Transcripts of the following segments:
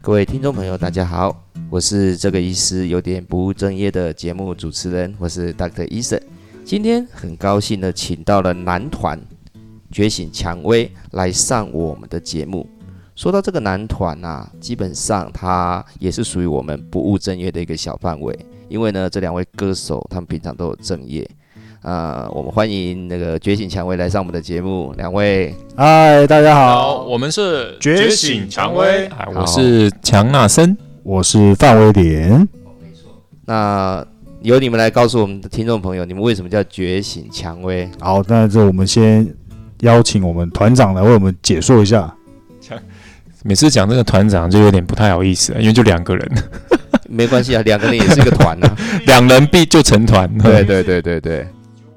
各位听众朋友，大家好，我是这个医师有点不务正业的节目主持人，我是 Dr. 医生。今天很高兴的请到了男团觉醒蔷薇来上我们的节目。说到这个男团啊，基本上它也是属于我们不务正业的一个小范围，因为呢，这两位歌手他们平常都有正业。啊、我们欢迎那个觉醒蔷薇来上我们的节目，两位嗨，大家好，好，我们是觉醒蔷薇哎，好我是强纳森。我是范威廉。那由你们来告诉我们的听众朋友，你们为什么叫觉醒蔷 薇？好，那这我们先邀请我们团长来为我们解说一下。每次讲这个团长就有点不太好意思，因为就两 个人，没关系啊，两个人也是一个团 啊。两人必就成团。对，对对对对，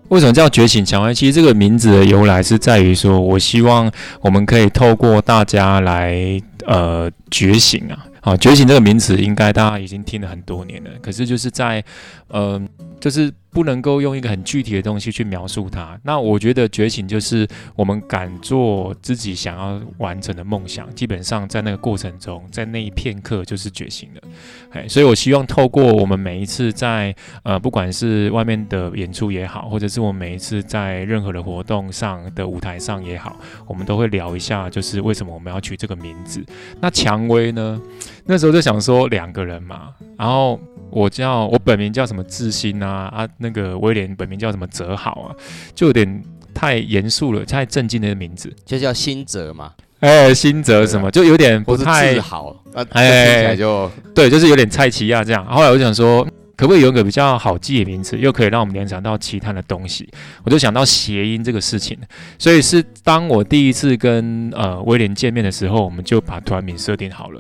为什么叫觉醒蔷薇？其实这个名字的由来是在于说，我希望我们可以透过大家来呃觉醒啊。啊，觉醒这个名词应该大家已经听了很多年了，可是就是在，呃，就是不能够用一个很具体的东西去描述它。那我觉得觉醒就是我们敢做自己想要完成的梦想，基本上在那个过程中，在那一片刻就是觉醒了。哎，所以我希望透过我们每一次在呃，不管是外面的演出也好，或者是我们每一次在任何的活动上的舞台上也好，我们都会聊一下，就是为什么我们要取这个名字。那蔷薇呢？那时候就想说两个人嘛，然后我叫我本名叫什么志新啊啊，那个威廉本名叫什么泽好啊，就有点太严肃了，太正经的名字。就叫新泽嘛，哎，新泽什么就有点或不是太自豪，那这哎听起来就对，就是有点蔡奇亚这样。后来我就想说，可不可以有一个比较好记的名字，又可以让我们联想到其他的东西？我就想到谐音这个事情，所以是当我第一次跟呃威廉见面的时候，我们就把团名设定好了。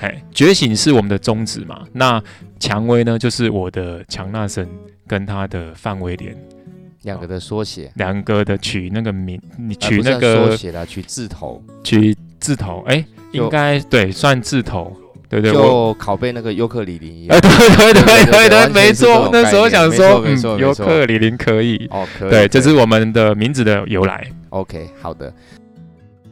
嘿，觉醒是我们的宗旨嘛，那蔷薇呢，就是我的强纳森跟他的范威廉两个的缩写，两个的取那个名，你呃取不那算缩个写啦，取字头，取字头，哎、就应该对算字头，对对，我就拷贝那个尤克里里一样哎，。对对对对完对，全没是这错种。那时候概念想没说错，没错嗯，没尤错克里里可以。哦，可以，对，这可以是我们的名字的由来。 OK，好的。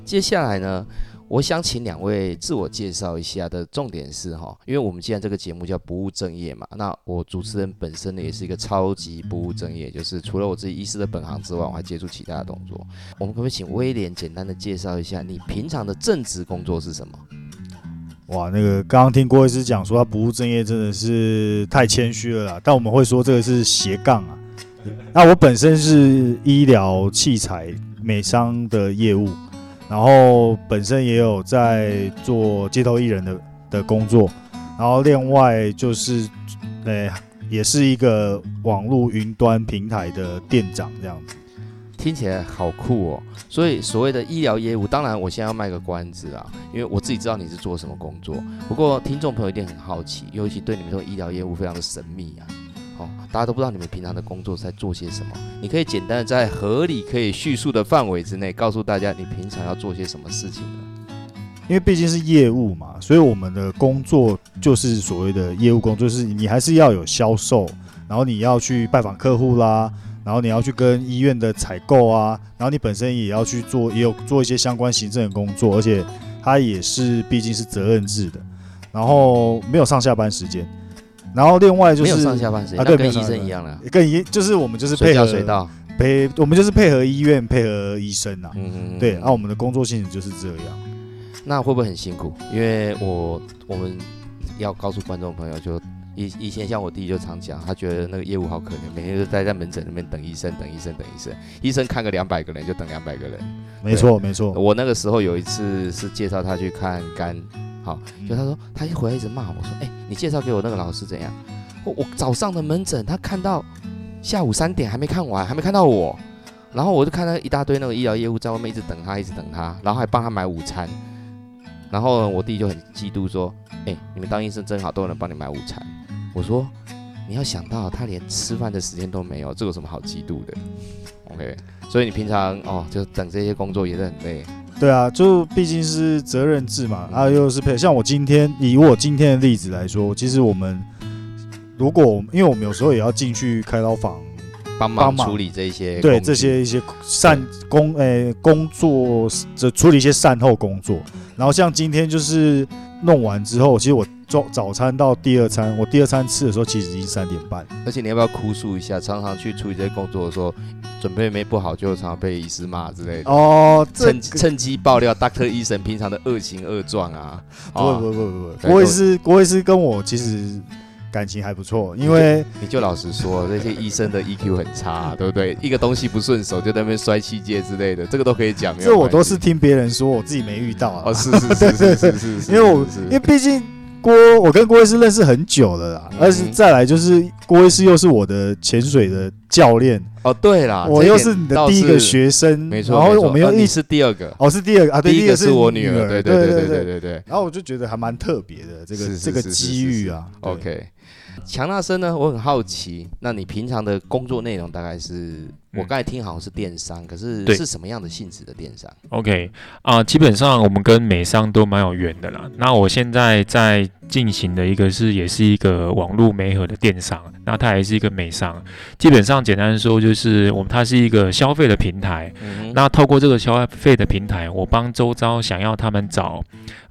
接下来呢，我想请两位自我介绍一下的重点是哈，因为我们既然这个节目叫不务正业嘛，那我主持人本身呢也是一个超级不务正业，就是除了我自己医师的本行之外，我还接触其他的动作。我们可不可以请威廉简单的介绍一下你平常的正职工作是什么？哇，那个刚刚听郭医师讲说他不务正业，真的是太谦虚了啦。但我们会说这个是斜杠啊。那我本身是医疗器材美商的业务，然后本身也有在做街头艺人的的工作，然后另外就是，呃，也是一个网络云端平台的店长这样子。听起来好酷哦！所以所谓的医疗业务，当然我现在要卖个关子啊，因为我自己知道你是做什么工作。不过听众朋友一定很好奇，尤其对你们这种医疗业务非常的神秘啊。哦，大家都不知道你们平常的工作是在做些什么。你可以简单的在合理可以叙述的范围之内，告诉大家你平常要做些什么事情呢？因为毕竟是业务嘛，所以我们的工作就是所谓的业务工作，就是你还是要有销售，然后你要去拜访客户啦，然后你要去跟医院的采购啊，然后你本身也要去做，也有做一些相关行政的工作，而且它也是毕竟是责任制的，然后没有上下班时间，然后另外就没有是上下半身，啊那对没跟有医上下生班一样啦，跟医就是我们就是随配叫合随到。配我们就是配合医院配合医生啊，嗯，嗯嗯对，嗯啊我们的工作性质就是这样。那会不会很辛苦？因为我我们要告诉观众朋友就。以以前像我弟就常讲，他觉得那个业务好可怜，每天都待在门诊那边等医生，等医生，等医生，医生看个两百个人就等两百个人。没错，没错，我那个时候有一次是介绍他去看肝，好，就他说他一回来一直骂我说，哎、你介绍给我那个老师怎样？我我早上的门诊他看到下午三点还没看完，还没看到我，然后我就看到一大堆那个医疗业务在外面一直等他，一直等他，然后还帮他买午餐。然后我弟就很嫉妒说，哎、你们当医生真好，都有人帮你买午餐。我说你要想到他连吃饭的时间都没有，这有什么好嫉妒的？OK，所以你平常哦就等这些工作也是很累。对啊，就毕竟是责任制嗯嘛，啊，又是配像我今天以我今天的例子来说，其实我们如果我们因为我们有时候也要进去开刀房帮帮忙忙处理这一些对工具这些一些善工诶、工作，这处理一些善后工作。然后像今天就是弄完之后，其实我中早餐到第二餐，我第二餐吃的时候其实已经三点半。而且你要不要哭诉一下？常常去处理这些工作的时候，准备没不好，就常常被医师骂之类的。哦，这趁个趁机爆料，Doctor 医生平常的恶行恶状啊！不啊不不不不，对郭医师郭医师跟我其实感情还不错，因为你就老实说，这些医生的 EQ 很差、啊对不对？一个东西不顺手就在那边摔器械之类的，这个都可以讲。没有这我都关系是听别人说，我自己没遇到啊哦，。是是是是是是是， 因为我是因为毕竟郭我跟郭医师认识很久了啦嗯，而且再来就是郭医师又是我的潜水的教练，哦对啦，我这又点是你的倒第一个是，学生，没错，然没后错我们又哦一你起是第二个，哦是第二个啊，对，第一个个是我女儿，儿，对对对对对对对。然后我就觉得还蛮特别的，这是个是这个是是机遇啊。对 OK，强纳生呢，我很好奇，那你平常的工作内容大概是？我嗯刚才听好像是电商，可是对是什么样的性质的电商？ OK 啊、基本上我们跟美商都蛮有缘的啦。那我现在在进行的一个是，也是一个网络媒合的电商，那它也是一个美商。基本上简单说就是，我们它是一个消费的平台。嗯哼那透过这个消费的平台，我帮周遭想要他们找，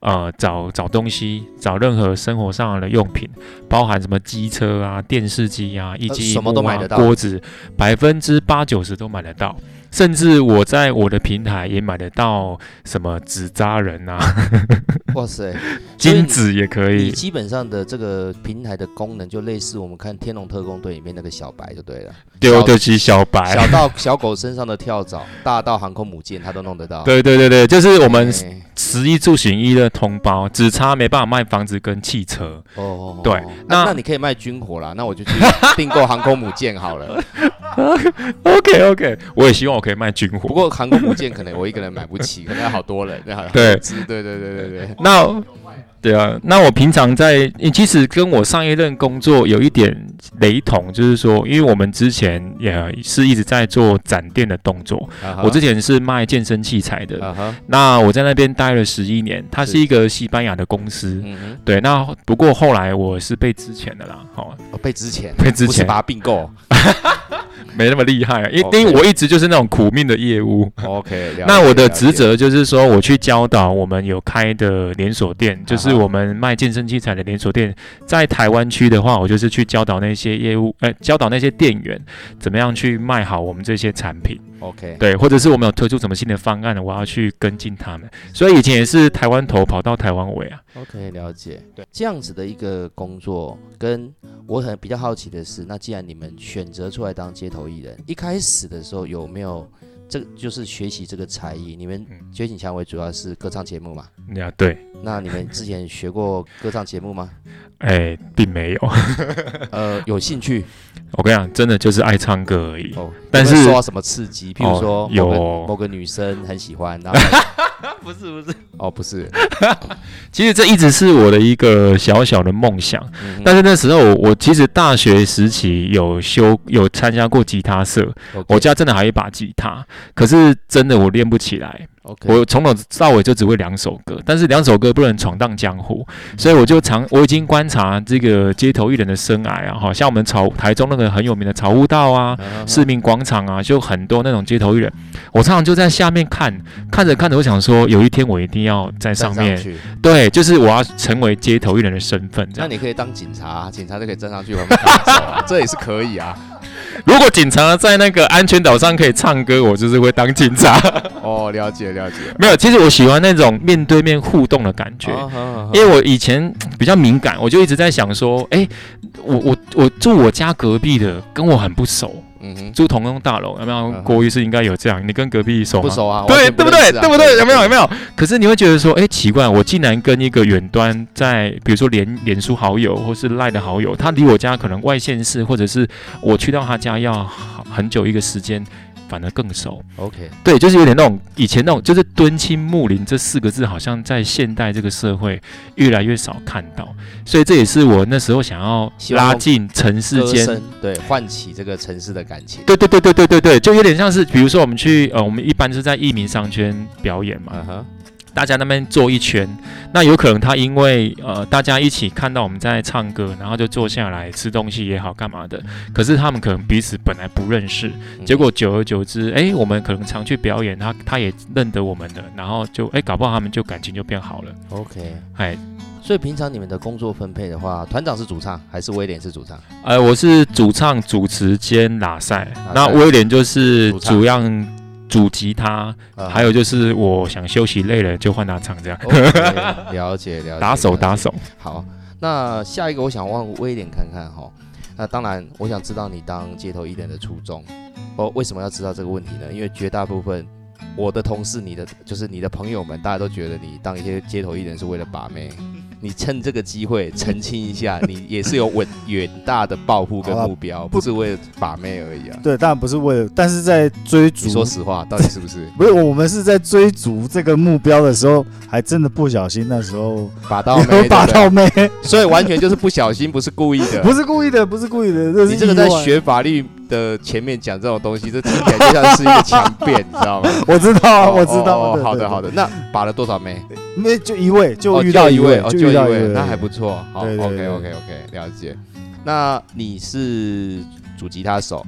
呃，找找东西，找任何生活上的用品，包含什么机车啊、电视机啊、一机一呃什么幕都啊买得到锅子，百分之八九十都买得到。甚至我在我的平台也买得到什么纸扎人啊、 哇塞，所以金你子也可你以。基本上的这个平台的功能就类似我们看《天龙特工队》里面那个小白就对了，丢得起小白。小到小狗身上的跳蚤，大到航空母舰，他都弄得到。哎对对对对，就是我我们食衣住行一的同胞，只差没办法卖房子跟 汽车。哦哦，哦对哦那那你可以卖军火啦，那我就去订购航空母舰好了。 OK OK，我也希望我可以卖军火。不过航空母舰可能我一个人买不起，可能要好多人， 那好对是对对对对对。那对啊，那我平常在，诶其实跟我上一任工作有一点雷同，就是说，因为我们之前也是一直在做展店的动作。我之己前是卖健身器材的，啊哈，那我在那边待了十一年，它是是一个西班牙的公司。嗯哼，对，那不过后来我是被之前的啦，好、哦被之前被之不是哦前把它并 购没那么厉害、啊，因 OK 因为我一直就是那种苦命的业务。哦，OK 了解。那我的职了解，责就是说，我去教导我们有开的连锁店，就是啊哈我们卖健身器材的连锁店，在台湾区的话，我就是去教导那些业务，呃，教导那些店员怎么样去卖好我们这些产品， OK，对，或者是我们有推出什么新的方案，我要去跟进他们。所以以前也是台湾头跑到台湾尾啊， OK，了解。对，这样子的一个工作，跟我很比较好奇的是，那既然你们选择出来当街头艺人，一开始的时候有没有这个就是学习这个才艺？你们嗯觉醒蔷薇主要是歌唱节目嘛？呀，对，那你 们之前学过歌唱节目吗？哎，并没有， 呃，有兴趣我跟你讲，真的就是爱唱歌而已。哦，但有没有是受到什么刺激？譬如说哦某个、有某个女生很喜欢，然后 不是不是， 哦不是，其实这一直是我的一个小小的梦想。嗯哼但是那时候我我其实大学时期有修有参加过吉他社， OK，我家真的还有一把吉他，可是真的我练不起来， OK，我从头到尾就只会两首歌，但是两首歌不能闯荡江湖，嗯所以我就常我已经观察这个街头艺人的生涯啊，好像我们草台中那个很有名的草悟道啊。嗯哼市民广场啊，就很多那种街头艺人，我常常就在下面看，看着看着，我想说，有一天我一定要在站上上面，去，对，就是我要成为街头艺人的身份。这样那。你可以当警察，警察就可以站上去外面看守啊，这也是可以啊。如果警察在那个安全岛上可以唱歌，我就是会当警察。哦，了解了解。 没有，其实我喜欢那种面对面互动的感觉。啊好好好因为我以前比较敏感，我就一直在想说，哎、我我我住我家隔壁的跟我很不熟，嗯哼，住同栋大楼，有没有嗯？哼郭医师应该有这样，你跟隔壁熟不吗？熟啊，对完全对不认对？识啊对不对？有没有？有没有？可是你会觉得说，哎，奇怪，我竟然跟一个远端在，比如说连脸书好友或是赖的好友，他离我家可能外县市，或者是我去到他家要好很久一个时间，反而更熟。 ？OK，对，就是有点那种以前那种，就是敦亲睦邻这四个字，好像在现代这个社会越来越少看到，所以这也是我那时候想要希望拉用近城市歌间声对唤起这个城市的感情。对对对对对对对，就有点像是，比如说我们去呃，我们一般是在艺民商圈表演嘛，嗯哼，大家那边坐一圈，那有可能他因为呃大家一起看到我们在唱歌，然后就坐下来吃东西也好干嘛的，可是他们可能彼此本来不认识，结果久而久之，哎、我们可能常去表演，他他也认得我们了，然后就哎、搞不好他们就感情就变好了， OK。哎，所以平常你们的工作分配的话，团长是主唱还是威廉是主唱？呃，我是主唱、主持兼拉塞拉塞，那威廉就是主唱主要主吉他，啊哦还有就是我想休息累了就换他唱这样， OK，了解了解， 打手了解打手。好，那下一个我想往威廉看看哈。那当然，我想知道你当街头艺人的初衷。哦，为什么要知道这个问题呢？因为绝大部分我的同事、你的就是你的朋友们，大家都觉得你当一些街头艺人是为了把妹。你趁这个机会澄清一下，你也是有远远大的抱负跟好啦目标，不是为了把妹而已啊。对，当然不是为了，但是在追你说逐，实话，到底是不 是不是我们是在追逐这个目标的时候，还真的不小心，那时候把到妹？ 有把对到妹，不对所以完全就是不小心，不是故意的。不是故意的，不是故意的，这是嗯你这个意在外，学法律的前面讲这种东西，这听起来就像是一个强辩，你知道 吗？我知道啊，哦我知哦道，哦好的好的，的，那把了多少枚？没就一位，就哦遇到一位，哦遇一到位，那还不错。好对对，OK 对 OK OK，了解。那你是主吉他手？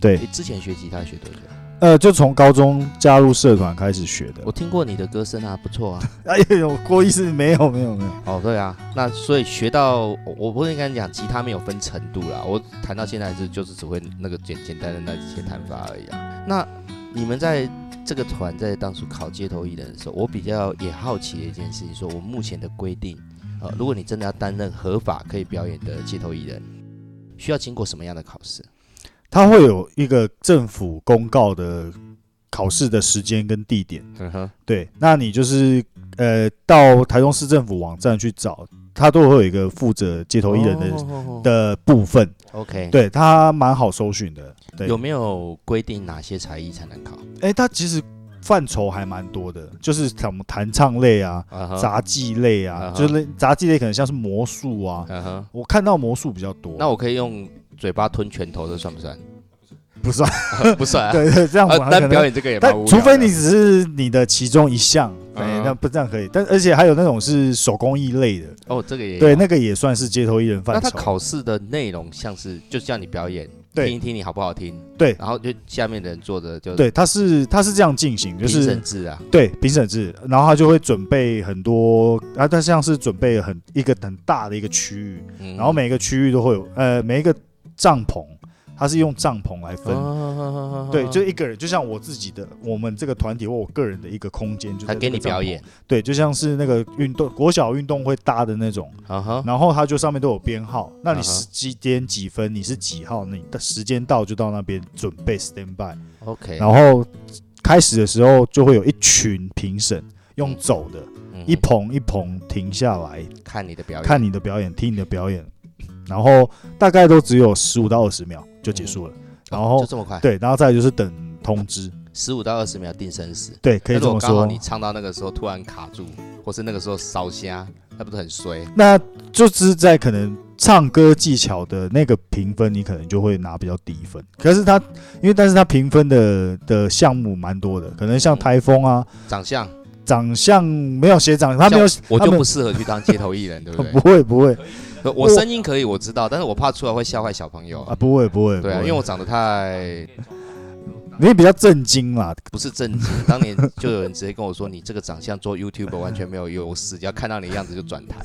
对你之前学吉他学多久？呃，就从高中加入社团开始学的我。听过你的歌声啊，不错啊。哎呦，郭医师没有没有没有，哦，对啊，那所以学到我我不是跟你讲，吉他没有分程度啦，我弹到现在是就是只会那个简简单的那几些弹法而已啊。那你们在这个团在当初考街头艺人的时候，我比较也好奇的一件事情，说我目前的规定，呃，如果你真的要担任合法可以表演的街头艺人，需要经过什么样的考试？他会有一个政府公告的考试的时间跟地点。嗯哼，对，那你就是呃到台中市政府网站去找，他都会有一个负责街头艺人的、的的部分， OK，，对他蛮好搜寻的。对，有没有规定哪些才艺才能考？哎、他其实范畴还蛮多的，就是什么弹唱类啊、啊哈，杂技类啊啊，哈就是类杂技类可能像是魔术啊，嗯哼，我看到魔术比较多。那我可以用嘴巴吞拳头，这算不算？不算， 不算、啊。对对，这样呃我，还可但表能。演这个也蛮但无聊的除非你只是你的其中一项，对，嗯那不这样可以。但而且还有那种是手工艺类的，哦，这个也有对，那个也算是街头艺人范那畴。他考试的内容像是就叫你表演，对听一听你好不好听，对然后就下面的人坐着就对，他是他是这样进行，就评是审制啊，对评审制，然后他就会准备很多啊，他像是准备很一个很大的一个区域，嗯然后每个区域都会有呃每一个帐篷，它是用帐篷来分。哦对，就一个人，就像我自己的，我们这个团体或我个人的一个空间，就他在给这个你表演帐篷。，对，就像是那个运动国小运动会搭的那种，啊哈，然后它就上面都有编号，那嗯你哼是几点几分，你是几号，你的时间到就到那边准备 stand by， OK，然后开始的时候就会有一群评审用走的，嗯一棚一棚停下来看你的表演，哦看你的表演，听你的表演，然后大概都只有十五到二十秒就结束了。然哦就后这么快，对，然后再就是等通知，十五到二十秒定生死。对，可以那这如么果刚好说你。唱到那个时候突然卡住，或是那个时候烧瞎，那不是很衰？那就是在可能唱歌技巧的那个评分，你可能就会拿比较低分。可是他，因为但是他评分的的项目蛮多的，可能像嗯台风啊、长相，长相没有写长，他没有，像我他就没有不适合去当街头艺人，对不对？欸 不会不会呃我声音可以，我知道，但是我怕出来会吓坏小朋友。啊，不会不会，对啊，因不为会我长得太你比较震惊啦，不是正经，当年就有人直接跟我说，你这个长相做 YouTube 完全没有优势，只要看到你的样子就转 台。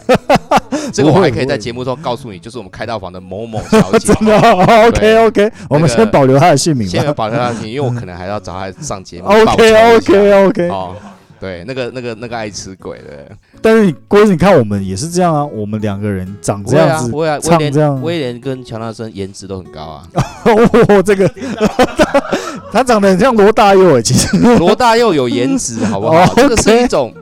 这个我还可以在节目中告诉你，就是我们开到房的某某小姐 真，的 哦 OK OK，我们那个先保留他的姓名先要保吧。留她的名，因为我可能还要找她上节目。 OK 报仇一 OK OK，下哦，对，那个那个那个爱吃鬼的，但是你郭子，你看我们也是这样啊，我们两个人长不这会样啊，子不，会啊，威唱这样廉威廉跟乔纳森颜值都很高啊， 哦，这个他长得很像罗大佑哎，其实 罗大佑有颜值，好不好哦？这个是 OK 一种。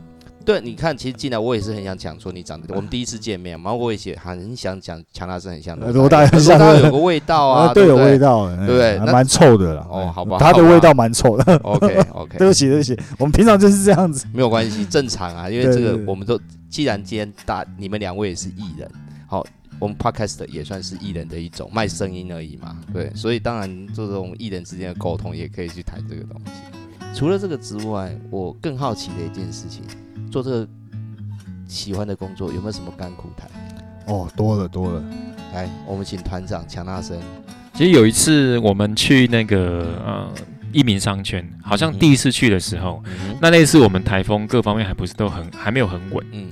对，你看，其实进来我也是很想讲说你长得，我们第一次见面，然后我也写很想讲强大是很像罗大佑可是像罗大佑是有个味道啊， 对，不有味。道哎，对不对还那蛮臭的啦。哦哎好吧他的好吧味道蛮臭的。 OK OK，对不起，对不起，我们平常就是这样子。没有关系，正常 啊，因为对这个对对我们都既然今天大你们两位也是艺人，好，我们 Podcast 也算是艺人的一种，卖声音而已嘛，对，所以当然这种艺人之间的沟通也可以去谈这个东西。除了这个之外，我更好奇的一件事情，做这个喜欢的工作，有没有什么甘苦谈？哦，多了多了，来，我们请团长强纳森。其实有一次我们去那个呃一民商圈，好像第一次去的时候，嗯那那次我们台风各方面还不是都很还没有很稳，嗯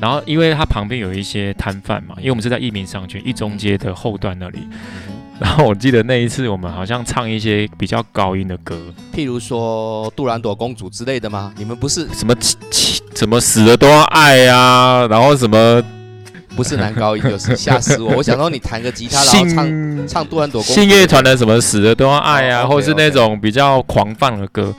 然后因为它旁边有一些摊贩嘛，因为我们是在一民商圈一中街的后段那里，嗯 哼，然后我记得那一次我们好像唱一些比较高音的歌，譬如说杜兰朵公主之类的吗？你们不是什么七七什么死了都要爱啊，然后什么不是男高音，就是吓死我！我想说你弹个吉他，然后唱信唱杜兰朵公主。信乐团的什么死了都要爱啊，哦，OK，或是那种比较狂放的歌，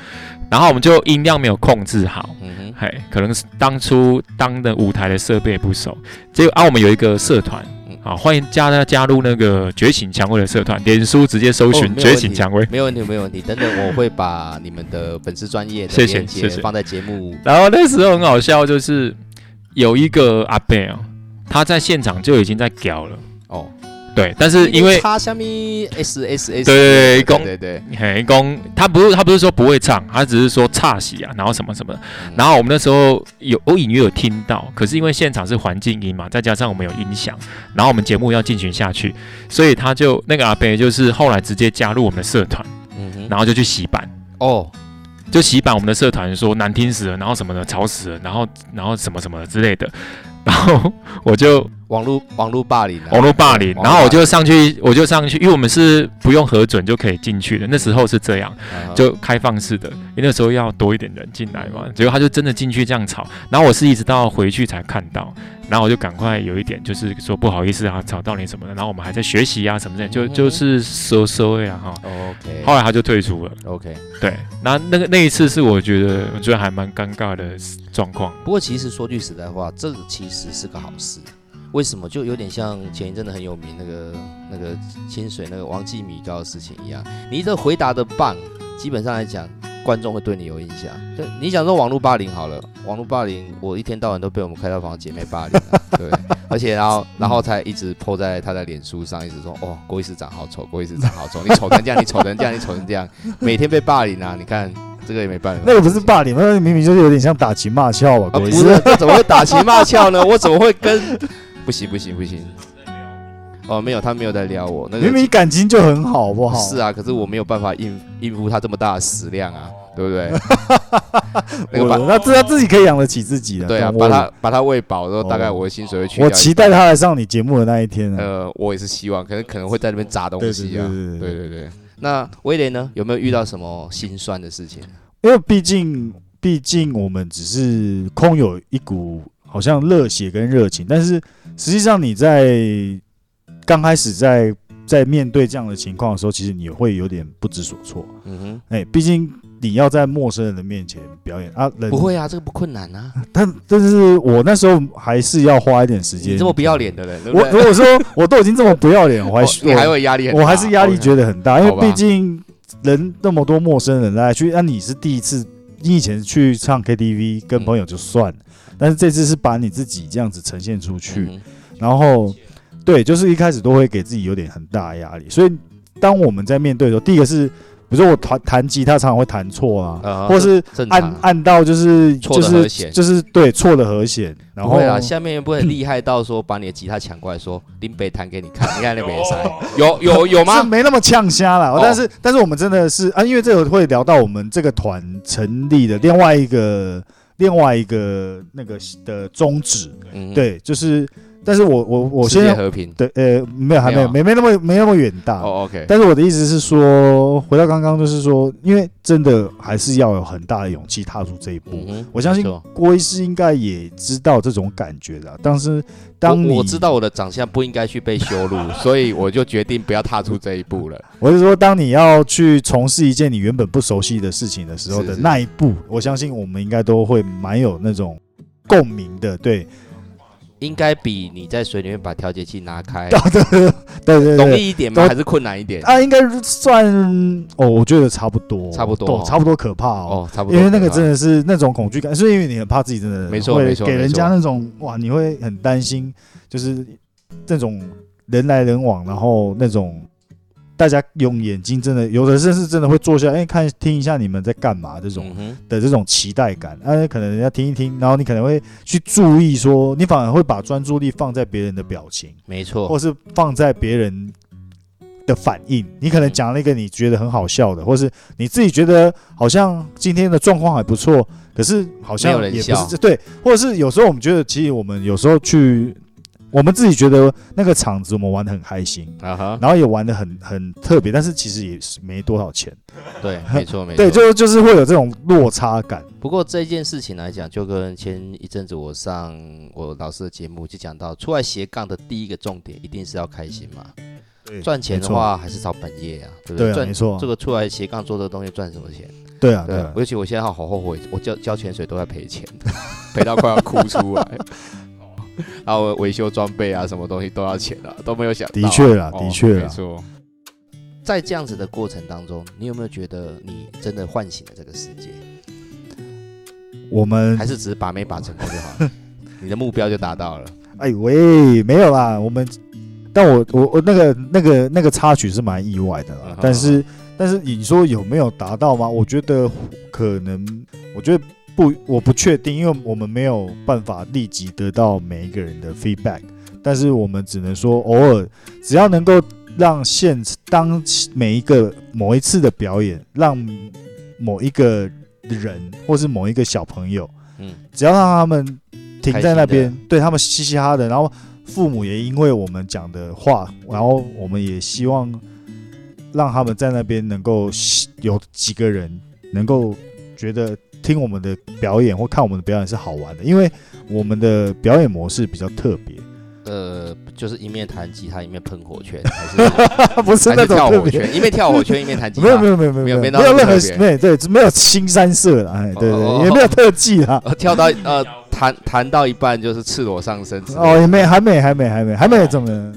然后我们就音量没有控制好。嗯哼，嘿，可能是当初当的舞台的设备不熟，结果啊，我们有一个社团嗯，好、欢迎加呢加入那个觉醒蔷薇的社团，脸书直接搜哦没有寻问题觉醒蔷薇。没有问题，没有问题。等等，我会把你们的粉丝专业的谢谢链接谢谢放在节目。然后那时候很好笑，就是有一个阿贝哦，他在现场就已经在屌了，哦，对，但是因为插下面 S S S，对公对对，嘿公他不是他不是说不会唱，他只是说差戏啊，然后什么什么的，嗯然后我们那时候有我隐约有听到，可是因为现场是环境音嘛，再加上我们有音响，然后我们节目要进行下去，所以他就那个阿贝就是后来直接加入我们的社团，嗯哼，然后就去洗版，哦，就洗版我们的社团说难听死了，然后什么的吵死了，然后然后什么什么之类的，然后我就网络网络霸凌啊，网络霸凌，网络然后我就上去我就上去，因为我们是不用核准就可以进去的，那时候是这样。嗯哼就开放式的，因为那时候要多一点人进来嘛，结果他就真的进去这样吵，然后我是一直到回去才看到，然后我就赶快有一点就是说不好意思啊，吵到你什么的，然后我们还在学习啊什么的，就嗯就是收收呀哈。 OK，后来他就退出了， OK。对，那那个那一次是我觉得我觉得还蛮尴尬的状况，不过其实说句实在话，这个其实是个好事。为什么？就有点像前一阵子很有名那个那个清水那个王记米糕的事情一样，你这回答的棒，基本上来讲，观众会对你有印象。对，你想说网络霸凌好了， 网络霸凌，我一天到晚都被我们开套房的姐妹霸凌、啊，对，而且然后然后才一直 po 在他的脸书上，一直说哦，郭医师长好丑，郭医师长好丑，你丑成这样，你丑成这样，你丑成这样，每天被霸凌啊，你看这个也没办法。那个不是霸凌，那个明明就是有点像打情骂俏吧？啊，各不位是，这怎么会打情骂俏呢？我怎么会跟？不行不行不行！哦，没有，他没有在撩我。那个 明明感情就很好，好不好？是啊，可是我没有办法应应付他这么大的食量啊，对不 对？那哦我个把那自他自己可以养得起自己的。对啊，把但我哦他把他喂饱之后，大概我的薪水会去掉一我半。期待他来上你节目的那一天啊！呃，我也是希望，可能可能会在那边砸东对对西对啊。对对对对。那威廉呢？有没有遇到什么心酸的事情？因为毕竟毕竟我们只是空有一股好像热血跟热情，但是实际上你在刚开始在在面对这样的情况的时候，其实你会有点不知所措。嗯哎、毕竟你要在陌生人的面前表演啊，哼，人不，会啊，这个不困难啊。但但是我那时候还是要花一点时间。你这么不要脸的人，对不我对？如果说 我都已经这么不要脸，我还哦需你还会压力很大？哦我还是压力 OK 觉得很大，因好为吧毕竟人那么多陌生人来去，那、你是第一次，你以前去唱 KTV 嗯跟朋友就算了，但是这次是把你自己这样子呈现出去，嗯哼然后对，就是一开始都会给自己有点很大的压力，所以当我们在面对的时候，第一个是，比如说我弹弹吉他常常会弹错啊，啊或是正按常。按到就是错就的和是弦就是对错的和弦，然不后会啊啦，下面不会厉害到说把你的吉他抢过来说林北弹给你看，你看那北塞有有有哦是吗？没那么呛虾啦，哦但是但是我们真的是啊，因为这个会聊到我们这个团成立的另外一个另外一个那个的宗旨，嗯，对，就是，但是我我我世现界在和平。对呃没有还没没有有啊没没那么没那么远大，哦，OK，但是我的意思是说，回到刚刚就是说，因为真的还是要有很大的勇气踏出这一步。嗯哼我相信没错郭医师应该也知道这种感觉的，啊但是当你我我知道我的长相不应该去被羞 辱，所以我就决定不要踏出这一步了。我是说，当你要去从事一件你原本不熟悉的事情的时候是的是那一步，我相信我们应该都会蛮有那种共鸣的，对，应该比你在水里面把调节器拿 开道德，对对容对，易一点吗？都还是困难一点？啊，应该算哦，我觉得差不多，差不多对哦差不多可怕哦，哦，差不多。因为那个真的是那种恐惧感，是因为你很怕自己真的没错没会错给没人家错那种哇，你会很担心，就是那种人来人往，然后那种大家用眼睛真的，有的甚至真的会坐下，哎、看听一下你们在干嘛这种嗯哼，的这种期待感。哎、可能人家听一听，然后你可能会去注意说，你反而会把专注力放在别人的表情，没或错，是放在别人的反应。你可能讲了一个你觉得很好笑的，或是你自己觉得好像今天的状况还不错，可是好像没有人也不笑是对，或者是有时候我们觉得，其实我们有时候去，我们自己觉得那个场子我们玩的很开心。啊哈，然后也玩的很很特别，但是其实也是没多少钱， 对，没错，没错。对，就就是会有这种落差感，不过这件事情来讲，就跟前一阵子我上我老师的节目就讲到，出来斜杠的第一个重点一定是要开心嘛。嗯对赚钱的没错话还是找本业啊，对不对啊，没赚错这，个出来斜杠做这个东西赚什么钱？对啊，对对啊啊，，尤其我现在好后悔，我教教潜水都在赔钱， 赔到快要哭出 来。然后维修装备啊，什么东西都要钱啊，都没有想到。的确啦，哦的确没啦，错。在这样子的过程当中，你有没有觉得你真的唤醒了这个世界？我 们还是只是把妹把成功就好 了，你的目标就达到了。哎喂，没有啦，我们，但我我我那个那个那个插曲是蛮意外的啦，嗯哼但是但是你说有没有达到吗？我觉得可能，我觉得不，我不确定，因为我们没有办法立即得到每一个人的 feedback，但是我们只能说偶尔，只要能够让现当每一个某一次的表演，让某一个人或是某一个小朋友。嗯，只要让他们停在那开边心，对他们嘻嘻哈哈的，然后父母也因为我们讲的话，然后我们也希望让他们在那边能够吸有几个人能够觉得听我们的表演或看我们的表演是好玩的，因为我们的表演模式比较特 别，呃，就是一面弹吉他一面喷火 圈，还是不是还那是种跳特火别。圈，一面跳火圈一面弹吉他。没有没有没有没没有有没没到有任那么何特别没有对没有新三色了，哎对哦哦对，哦也没有特技 啦，呃，跳到呃弹弹到一半就是赤裸上身之类的。哦也没还没还没还没还没怎么，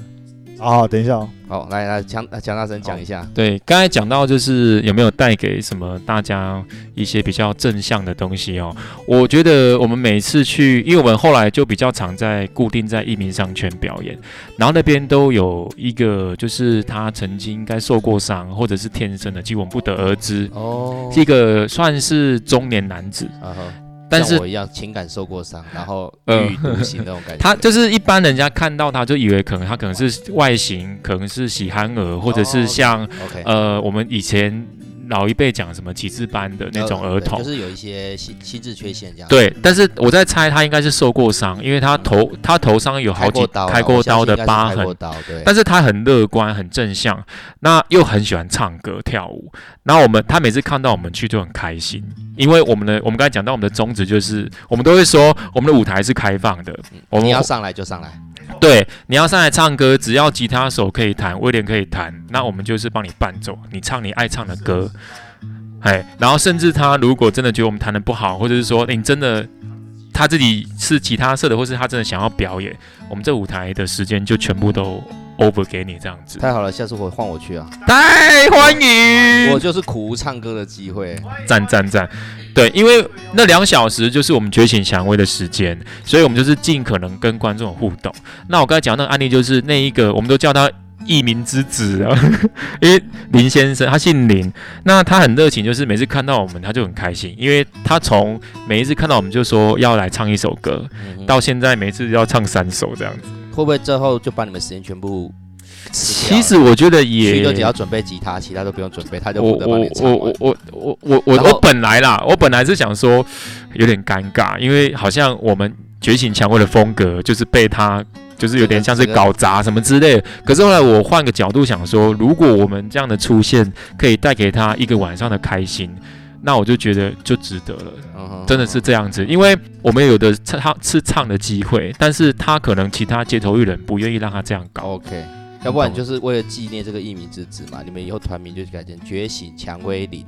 哦等一下哦，好，来来强呃强大声讲一下。对，刚才讲到就是有没有带给什么大家一些比较正向的东西哦？我觉得我们每次去，因为我们后来就比较常在固定在一民商圈表演，然后那边都有一个就是他曾经应该受过伤，或者是天生的，其实我们不得而知。哦是一个算是中年男子，啊哈，但像是我一样情感受过 伤，然后呃郁郁独行那种感觉。他就是一般人家看到他就以为可能他可能是外形，可能是喜憨儿，或者哦是像 OK 呃我们以前老一辈讲什么体制班的那种呃儿对童就。是有一些心心智缺陷这样。，对，但是我在猜他应该是受过伤，因为他头他头上有开好几过刀啦，啊开我过相刀信的应该是疤开痕过，刀对。但是他很乐观，很正向，那又很喜欢唱歌跳舞。然后我们他每次看到我们去就很开心，因为我们的我们刚才讲到我们的宗旨就是，我们都会说我们的舞台是开放的，我们你要上来就上来，对你要上来唱歌，只要吉他手可以弹，威廉可以弹，那我们就是帮你伴奏，你唱你爱唱的歌。哎，然后甚至他如果真的觉得我们弹的不好，或者是说、诶你真的他自己是吉他社的，或是他真的想要表演，我们这舞台的时间就全部都 over 给你这样子。太好了，下次我换我去啊，太欢我迎，就是苦无唱歌的机会。赞赞赞！对，因为那两小时就是我们觉醒蔷薇的时间，所以我们就是尽可能跟观众有互动。那我刚才讲那个案例就是那一个，我们都叫他一民之子啊， 因为林先生他姓林，那他很热情，就是每次看到我们他就很开心，因为他从每一次看到我们就说要来唱一首歌，嗯哼到现在每次要唱三首这样子。会不会最后就把你们时间全部吃掉其了实我觉得也去就只要准备吉他，其他都不用准备，他就我负责帮我你唱我完我我我我我然后我本来啦，我本来是想说有点尴尬，因为好像我们觉醒蔷薇的风格就是被他就是有点像是搞砸什么之类的。可是后来我换个角度想说，如果我们这样的出现可以带给他一个晚上的开心，那我就觉得就值得了。嗯哼真的是这样子，因为我们有的唱是唱的机会，但是他可能其他街头艺人不愿意让他这样搞。 OK。要不然就是为了纪念这个一民之子嘛，你们以后团名就改成“觉醒蔷薇林”，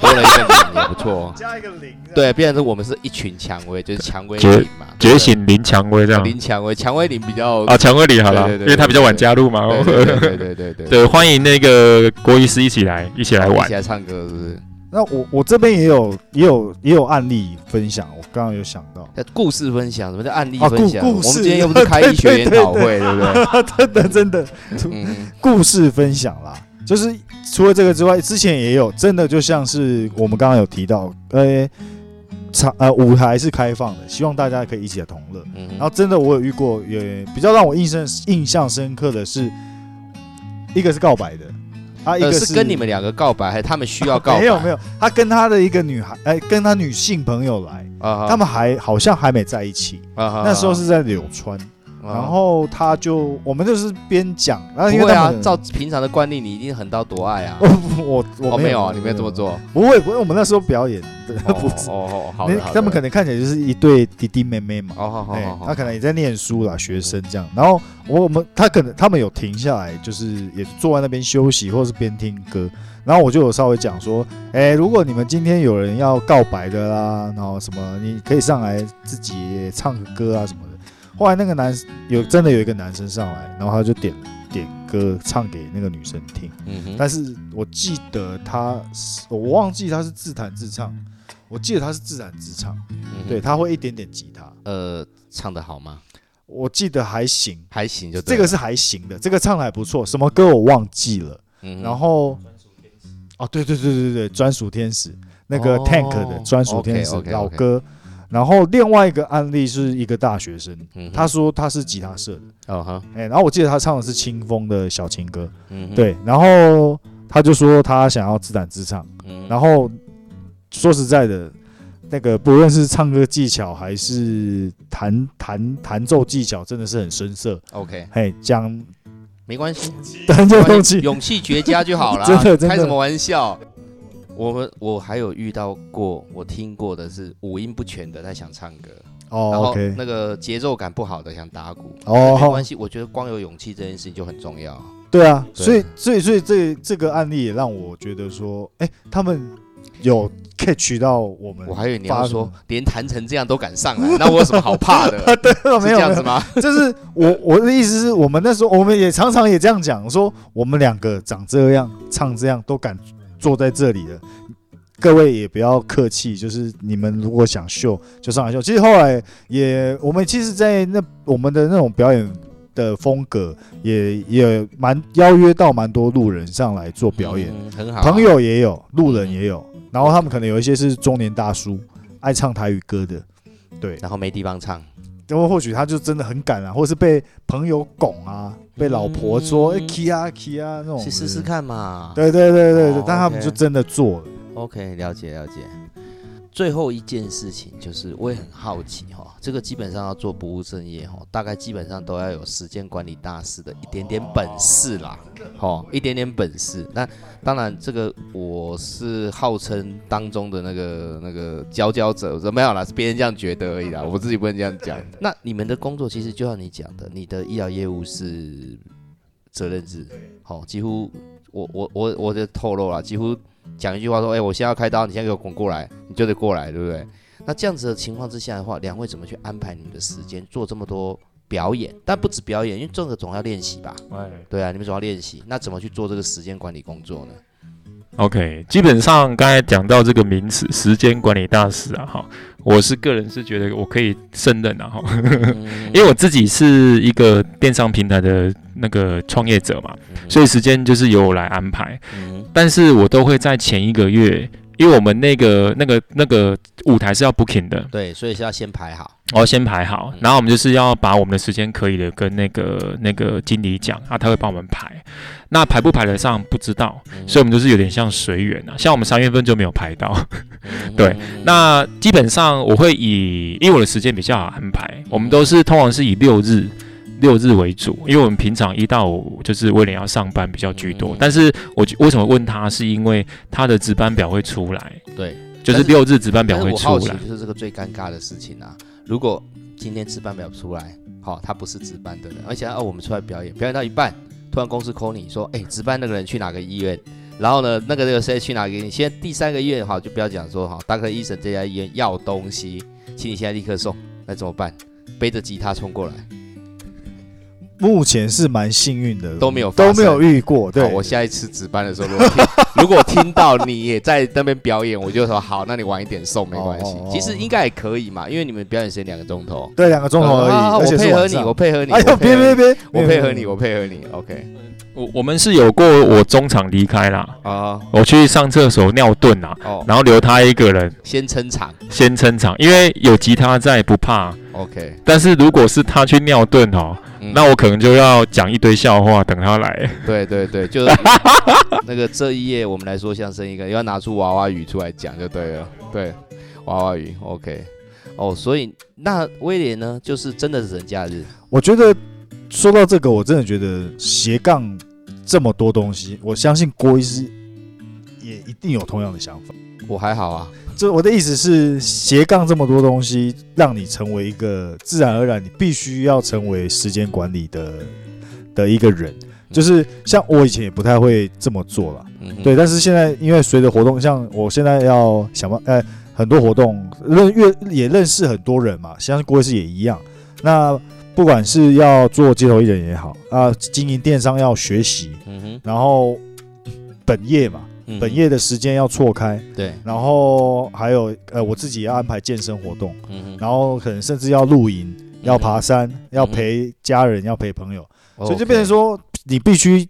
多了一个零也不错 哦。加一个零，对，变成是我们是一群蔷薇，就是蔷薇觉林嘛。对不觉对醒林蔷薇这样哦林蔷薇，蔷薇林比较啊，蔷薇里好了，对对对因为他比较晚加入嘛。哦对对对对对对对 对，欢迎那个郭医师一起来，一起来一玩起。来唱歌是不是？那我我这边也有也有也有案例分享，我刚刚有想 到，那故事分享，什么叫案例啊故分享？故事我们今天又 不是开医学研讨会，对不对？真的真的嗯，故事分享啦。就是除了这个之外，之前也有真的就像是我们刚刚有提到，呃，场呃舞台是开放的，希望大家可以一起来同乐。嗯哼，然后真的我有遇过，也比较让我印象印象深刻的是，一个是告白的，啊，一呃个是跟你们两个告白，还是他们需要告白？没有没有有，他跟他的一个女孩，哎、跟他女性朋友来，啊哈，他们还好像还没在一起，啊哈那时候是在柳川，啊然后他就我们就是边讲，然后因不为会他啊们，照平常的惯例，你一定横刀夺爱啊。 我我哦，我没有啊，你没有这么，做。不会不会，我们那时候表演，对哦 不是，哦哦，好那的，好的他们可能看起来就是一对弟弟妹妹嘛，哦，好好哎好，好，他可能也在念书啦，学生这样。然后我我们他可能他们有停下来，就是也坐在那边休息，或者是边听歌。然后我就有稍微讲说，哎、如果你们今天有人要告白的啦，然后什么，你可以上来自己也唱个歌啊什么的。后来那个男有真的有一个男生上来，然后他就点点歌唱给那个女生听。嗯哼，但是我记得他是，我忘记他是自弹自唱，我记得他是自弹自唱，嗯嗯哼对，他会一点点吉他。呃，唱的好吗？我记得还行，还行就对这了个是还行的，这个唱的还不错。什么歌我忘记了，嗯哼然后哦，对对对对对，专属天使那个哦 Tank 的专属天使 OK，OK，OK 老歌。然后另外一个案例是一个大学生，嗯哼他说他是吉他社的，哦哈，哎，然后我记得他唱的是清风的小情歌，嗯哼，对，然后他就说他想要自弹自唱，嗯然后说实在的，那个不论是唱歌技巧还是弹弹弹奏技巧，真的是很生涩， OK，嘿，讲 没关系，弹这东西，勇气绝佳就好了。 真的真的开什么玩笑？我们我还有遇到过，我听过的是五音不全的，他想唱歌，然哦后，OK，那个节奏感不好的想打鼓，没哦关，系，我觉得光有勇气这件事情就很重要。对啊，对所以所以所以这这个案例也让我觉得说，哎，他们有 catch 到我们我，还以为你发要什么说连弹成这样都敢上来， 那我有什么好怕的？ 啊，对，是 没这有，样没子有吗？ 就是我我的意思是我们那时候我们也常常也这样讲，说我们两个长这样唱这样都敢坐在这里了。各位也不要客气，就是你们如果想秀就上来秀。其实后来也，我们其实，在那我们的那种表演的风格也，也蛮邀约到蛮多路人上来做表演，嗯很好啊，朋友也有，路人也有，然后他们可能有一些是中年大叔，爱唱台语歌的，对，然后没地方唱，然后或许他就真的很敢啊，或是被朋友拱啊，被老婆说嗯哎 k 啊 k 啊那种，去试试。看嘛。对对对对对哦，但他们 OK 就真的做了。 OK，了解了解。最后一件事情就是，我也很好奇哈、这个基本上要做不务正业哈、大概基本上都要有时间管理大师的一点点本事啦，哦，一点点本事。那当然，这个我是号称当中的那个那个佼佼者，我说没有啦，是别人这样觉得而已啦，我自己不能这样讲。那你们的工作其实就像你讲的，你的医疗业务是责任制，好、几乎我我我我就透露了，几乎讲一句话说，哎、我现在要开刀，你现在给我滚过来，你就得过来，对不嗯对？那这样子的情况之下的话，两位怎么去安排你们的时间做这么多表演？但不止表演，因为这个总要练习吧？对啊，你们总要练习。那怎么去做这个时间管理工作呢？ OK，基本上刚才讲到这个名词“时间管理大师”啊，哈，我是个人是觉得我可以胜任啊，哈，嗯 因为我自己是一个电商平台的那个创业者嘛，所以时间就是由我来安排，嗯但是我都会在前一个月，因为我们那个那个那个舞台是要 booking 的，对，所以是要先排好。我要哦先排好嗯，然后我们就是要把我们的时间可以的跟那个那个经理讲啊，他会帮我们排，那排不排得上不知道，所以我们就是有点像随缘啊，像我们三月份就没有排到。嗯 对，那基本上我会以，因为我的时间比较好安嗯排，我们都是通常是以六日。六日为主，因为我们平常一到五就是威廉要上班比较居多，嗯但是我为什么问他，是因为他的值班表会出来，对，就是六日值班表但是会我出好奇来，就是这个最尴尬的事情啊，如果今天值班表出来，好、他不是值班的人，而且哦我们出来表演，表演到一半，突然公司 call 你说，哎，值班那个人去哪个医院？然后呢，那个那个谁去哪个医院？现在第三个月哈，就不要讲说哈，大科医生这家医院要东西，请你现在立刻送，那怎么办？背着吉他冲过来，目前是蛮幸运的，都没有发都生没有遇过。对好，我下一次值班的时候，如果听如果听到你也在那边表演，我就说好，那你晚一点送没关系哦哦哦。其实应该也可以嘛，因为你们表演时间两个钟头，对两个钟头而啊已，而我且是配合晚你，上我配合你，哎我呦，配别合别你别，我配合你，没有我配合你，OK。我我们是有过我中场离开啦，啊，我去上厕所尿遁啦，哦，然后留他一个人先撑场先撑场，因为有吉他在不怕。 ，OK，但是如果是他去尿遁哦，嗯那我可能就要讲一堆笑话等他来。对对对， 就是那个这一页我们来说相声一个，要拿出娃娃鱼出来讲就对了，对，娃娃鱼，OK，哦，所以那威廉呢，就是真的是人假日，我觉得说到这个，我真的觉得斜杠这么多东西，我相信郭医师也一定有同样的想法。我还好啊，这我的意思是，斜杠这么多东西，让你成为一个自然而然，你必须要成为时间管理的的一个人。就是像我以前也不太会这么做啦，嗯哼，对，但是现在因为随着活动，像我现在要想办，呃，很多活动认越也认识很多人嘛，相信郭医师也一样。那不管是要做街头艺人也好，啊、经营电商要学习，嗯哼，然后本业嘛，嗯哼本业的时间要错开，对，然后还有呃，我自己也要安排健身活动，嗯哼，然后可能甚至要露营、要爬山、要嗯哦陪家人、要陪朋友， OK，所以就变成说，你必须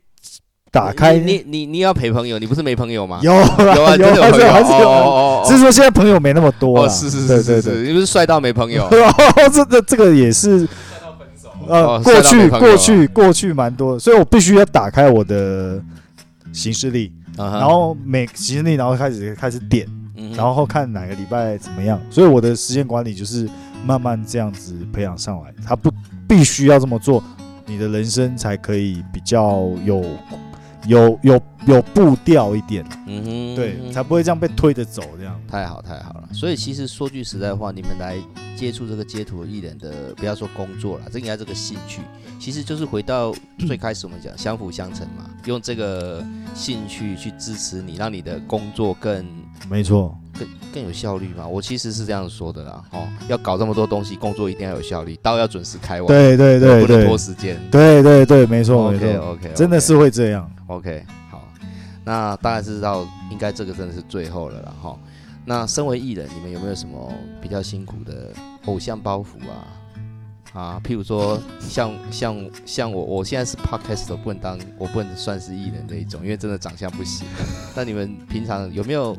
打开你你 你你要陪朋友，你不是没朋友吗？有啦有啊，真的还有朋是友，还是有朋友，哦哦哦只是说现在朋友没那么多哦，了。是是对是是对对，是，你不是帅到没朋友 这个这个也是，呃，哦过晒到没去朋友啊过去过去蛮多的，所以我必须要打开我的行事历，然然后每行事历，然后开始开始点，嗯然后看哪个礼拜怎么样。所以我的时间管理就是慢慢这样子培养上来，他不必须要这么做，你的人生才可以比较有有有有步调一点，嗯哼对，才不会这样被推着走这样。太好太好了。所以其实说句实在话，你们来接触这个街头艺人的，不要说工作了，这应该这个兴趣，其实就是回到最开始我们讲相辅相成嘛，用这个兴趣去支持你，让你的工作更没错，更更有效率嘛。我其实是这样说的啦，哦，要搞这么多东西，工作一定要有效率，刀要准时开完，对对对不能对拖，时间。对对对，没错没 OK 错， OK，真的是会这样。 OK，好，那当然是到应该这个真的是最后了啦哈。那身为艺人，你们有没有什么比较辛苦的偶像包袱啊？啊，譬如说像像像我，我现在是 podcast，不能当我不能算是艺人这一种，因为真的长相不行。 那你们平常有没有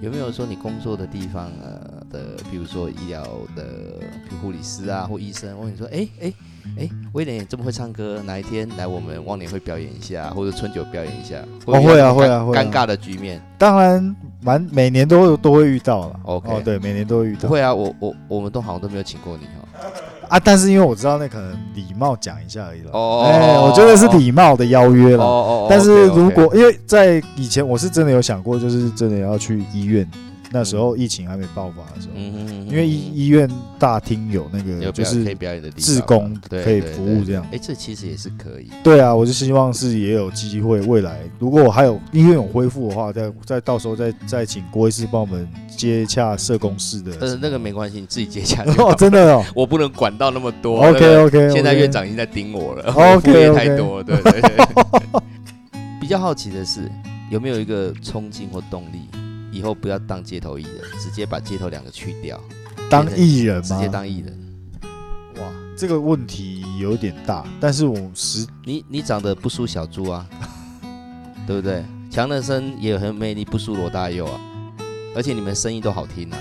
有没有说你工作的地方呃的，比如说医疗的护理师啊或医生问你说，哎哎哎，威廉你这么会唱歌，哪一天来我们忘年会表演一下，或者春酒表演一下？哦有会那种啊会尴啊会啊尴尬的局面当然，蛮每年都会都会遇到了。 OK 哦，对，每年都会遇不到。会啊，我我我们都好像都没有请过你哦。啊，但是因为我知道那可能礼貌讲一下而已了。哦哎，我觉得是礼貌的邀约哦了。哦，但是如 OK，OK 果因为在以前我是真的有想过，就是真的要去医院，那时候疫情还没爆发的时候，嗯哼嗯哼因为医医院大厅有那嗯哼个有就表可以是表演的地方志嘛工对可以对服对务这样。哎，这其实也是可以。对啊，我就希望是也有机会，未来如果我还有医院有恢复的话，再再到时候再再请郭医师帮我们接洽社工室的。呃，那个没关系，你自己接下就好 哦，真 的哦。我不能管到那么多。那 OK 个 OK，现在院长已经在盯我了， OK，我副业 OK 太多了，对对对。 比较好奇的是，有没有一个冲劲或动力，以后不要当街头艺人，直接把街头两个去掉，当艺人直吗接？当艺人？哇，这个问题有点大，但是我实你你长得不输小猪啊，对不对？强人生也很有魅力，不输罗大佑啊，而且你们声音都好听啊。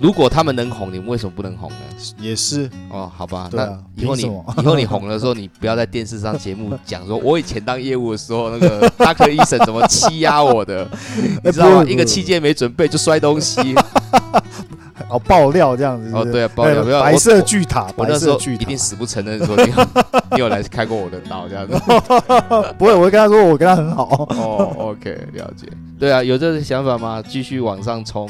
如果他们能红，你们为什么不能红呢？也是哦，好吧，对那啊以后你凭以什么后你红的时候，你不要在电视上节目讲说，我以前当业务的时候，那个大科医生怎么欺压我 的，你知道不吗？会不一个会器械没准备就摔东西，哦爆料这样子。哦，是不是，对啊，爆料，哎不要 白我色巨塔，我我白那时候色巨一塔定。死不承认说你有 你有来开过我的刀这样子。 不会，我会跟他说我跟他很好。 哦，OK，了解。对啊，有这个想法吗？继续往上冲。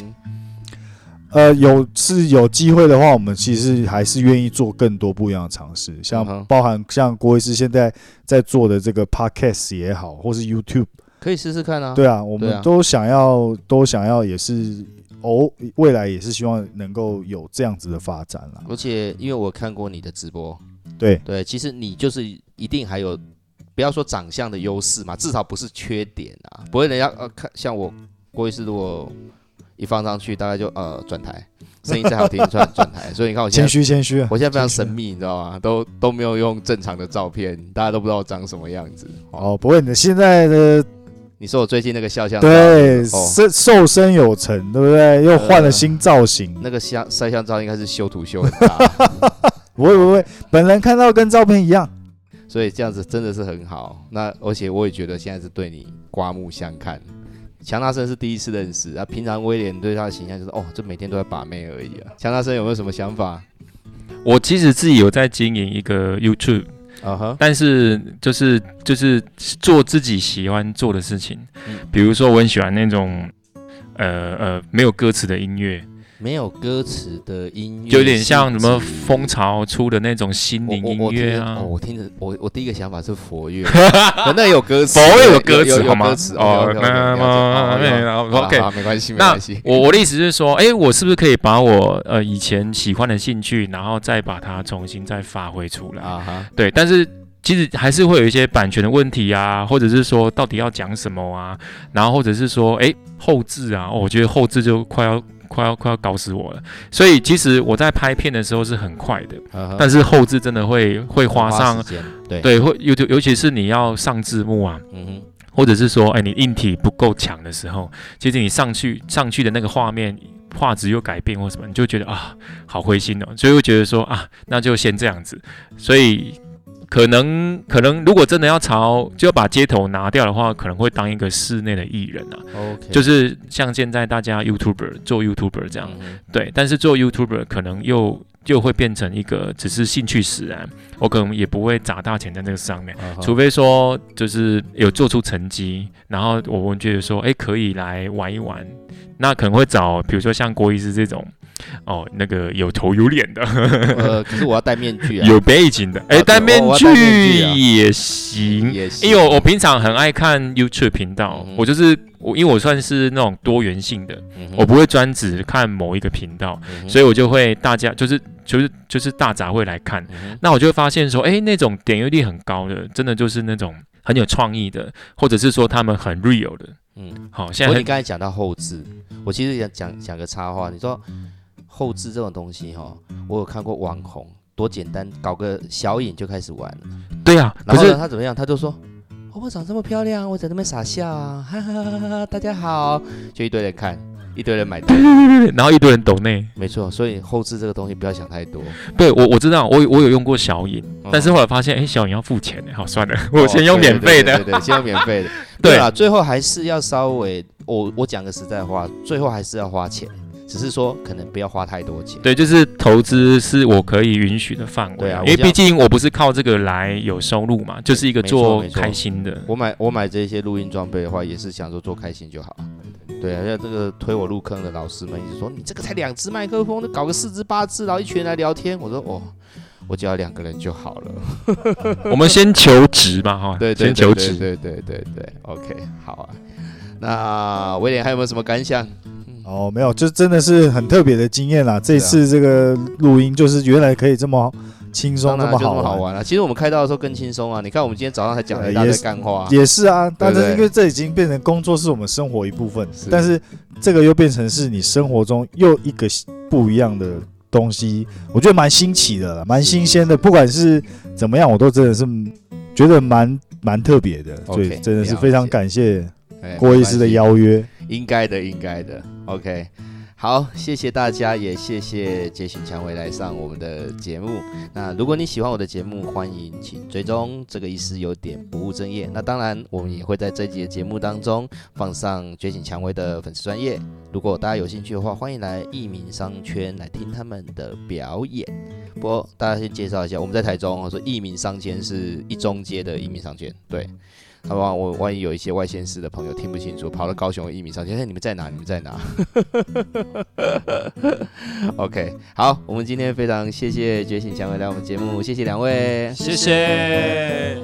呃，有是有机会的话，我们其实还是愿意做更多不一样的尝试，像嗯哼包含像郭医师现在在做的这个 podcast 也好，或是 YouTube，可以试试看啊，对啊，我对啊们都想要，都想要，也是偶未来也是希望能够有这样子的发展啦。而且因为我看过你的直播，对，对，其实你就是一定还有，不要说长相的优势嘛，至少不是缺点啊，不会人家呃看像我郭医师，如果一放上去大概就呃转台，声音再好听，算转台。所以你看我现谦在，虚谦虚啊，我现在非常谦虚神秘，你知道吗？都都没有用正常的照片，大家都不知道我长什么样子。哦，不过你的现在的你说我最近那个肖像照，对哦啊瘦瘦身有成，对不对？又换了新造型，那个肖肖像照应该是修图修很大，不会不会，本人看到跟照片一样。所以这样子真的是很好。那而且我也觉得现在是对你刮目相看。强纳森是第一次认识啊，平常威廉对他的形象就是哦，这每天都在把妹而已啊。强纳森有没有什么想法？ 我其实自己有在经营一个 YouTube，啊哈，但是就是就是做自己喜欢做的事情，嗯比如说我很喜欢那种呃呃没有歌词的音乐，没有歌词的音乐，有点像什么蜂巢出的那种心灵音乐啊我。我听着哦，我听着我我第一个想法是佛乐， 可能有歌词，佛有歌词有好有吗歌词？哦， OK，OK，OK，了解好了那么解那好啦 OK，好啦没关系，没那关系。我我的意思是说，哎，我是不是可以把我呃以前喜欢的兴趣，然后再把它重新再发挥出来？啊哈，对，但是其实还是会有一些版权的问题啊，或者是说到底要讲什么啊，然后或者是说，哎，后置啊、哦我觉得后置就快要快要快要搞死我了。所以其实我在拍片的时候是很快的，啊哈但是后置真的会会花上时间，对，对，会尤尤其是你要上字幕啊，嗯哼，或者是说，哎，你硬体不够强的时候，其实你上去上去的那个画面画质又改变或什么，你就觉得啊，好灰心哦，所以会觉得说啊，那就先这样子。所以可能可能如果真的要朝就要把街头拿掉的话，可能会当一个室内的艺人啊， OK，就是像现在大家 YouTuber 做 YouTuber 这样，嗯对，但是做 YouTuber 可能又又会变成一个只是兴趣使然，我可能也不会砸大钱在这个上面。哼，啊哈 除非说就是有做出成绩，然后我们觉得说，哎，可以来玩一玩，那可能会找比如说像郭医师这种，哦，那个有头有脸的， 呃，可是我要戴面具啊，有背景的，哎，对戴面我我要具戴面具啊也行。也行，因为哎我我平常很爱看 YouTube 频道，嗯哼嗯我就是我，因为我算是那种多元性的，我不会专只看某一个频道，所以我就会大家就是就是就是大杂烩来看。以那我就会发现说，哎，那种点阅率很高的，真的就是那种很有创意的，或者是说他们很 real 的。嗯，好，现在我你很刚才讲到后置，我其实想讲讲个插话，你说后置这种东西哈，我有看过网红。多简单，搞个小影就开始玩了。对啊，然可后呢，是他怎么样？他就说：“哦，我长这么漂亮，我在那边傻笑啊， 哈哈哈哈！大家好。”就一堆人看，一堆人买单。然后一堆人抖内，没错，所以后置这个东西不要想太多。对我我知道，我有我有用过小影，嗯但是后来发现，哎，小影要付钱欸，好算了，哦我先用免费的。对对对，对对先用免费的 对对啊，最后还是要稍微，我我讲个实在话，最后还是要花钱，只是说可能不要花太多钱。对，就是投资是我可以允许的范围对啊因为我这样毕竟我不是靠这个来有收入嘛，就是一个没错做没错开心的。我买我买这些录音装备的话，也是想说做开心就好。对啊，像这个推我入坑的老师们一直说，你这个才两只麦克风，搞个四只八只，然后一群人来聊天。我说哦，我只要两个人就好 了。我们先求职吧，哈，对对对先求对职。对对对对，OK，好啊。那威廉还有没有什么感想？哦，没有，就真的是很特别的经验啦。这啊次这个录音就是原来可以这么轻松，当这然啊么就这好么好玩，嗯玩了、其实我们开到的时候更轻松啊。你看我们今天早上还讲了一大呃也堆是干话、也是啊。但对不是对因为这已经变成工作是我们生活一部分，是但是这个又变成是你生活中又一个不一样的东西，我觉得蛮新奇的啦，蛮新鲜的。不管是怎么样，我都真的是觉得蛮蛮特别的，所 OK，以真的是了非常解感谢哎郭医师的，邀没约。关系应该的，应该的。OK，好，谢谢大家，也谢谢杰巡蔷薇来上我们的节目。那如果你喜欢我的节目，欢迎请追踪这个医师有点不务正业。那当然，我们也会在这集的节目当中放上觉醒蔷薇的粉丝专业。如果大家有兴趣的话，欢迎来艺民商圈来听他们的表演。不过大家先介绍一下，我们在台中，我说艺民商圈是一中街的艺民商圈，对。好吧，我万一有一些外县市的朋友听不清楚，跑到高雄的艺民商圈， 哎，你们在哪？你们在哪？OK，好，我们今天非常谢谢觉醒蔷薇来我们节目，谢谢两位，谢谢。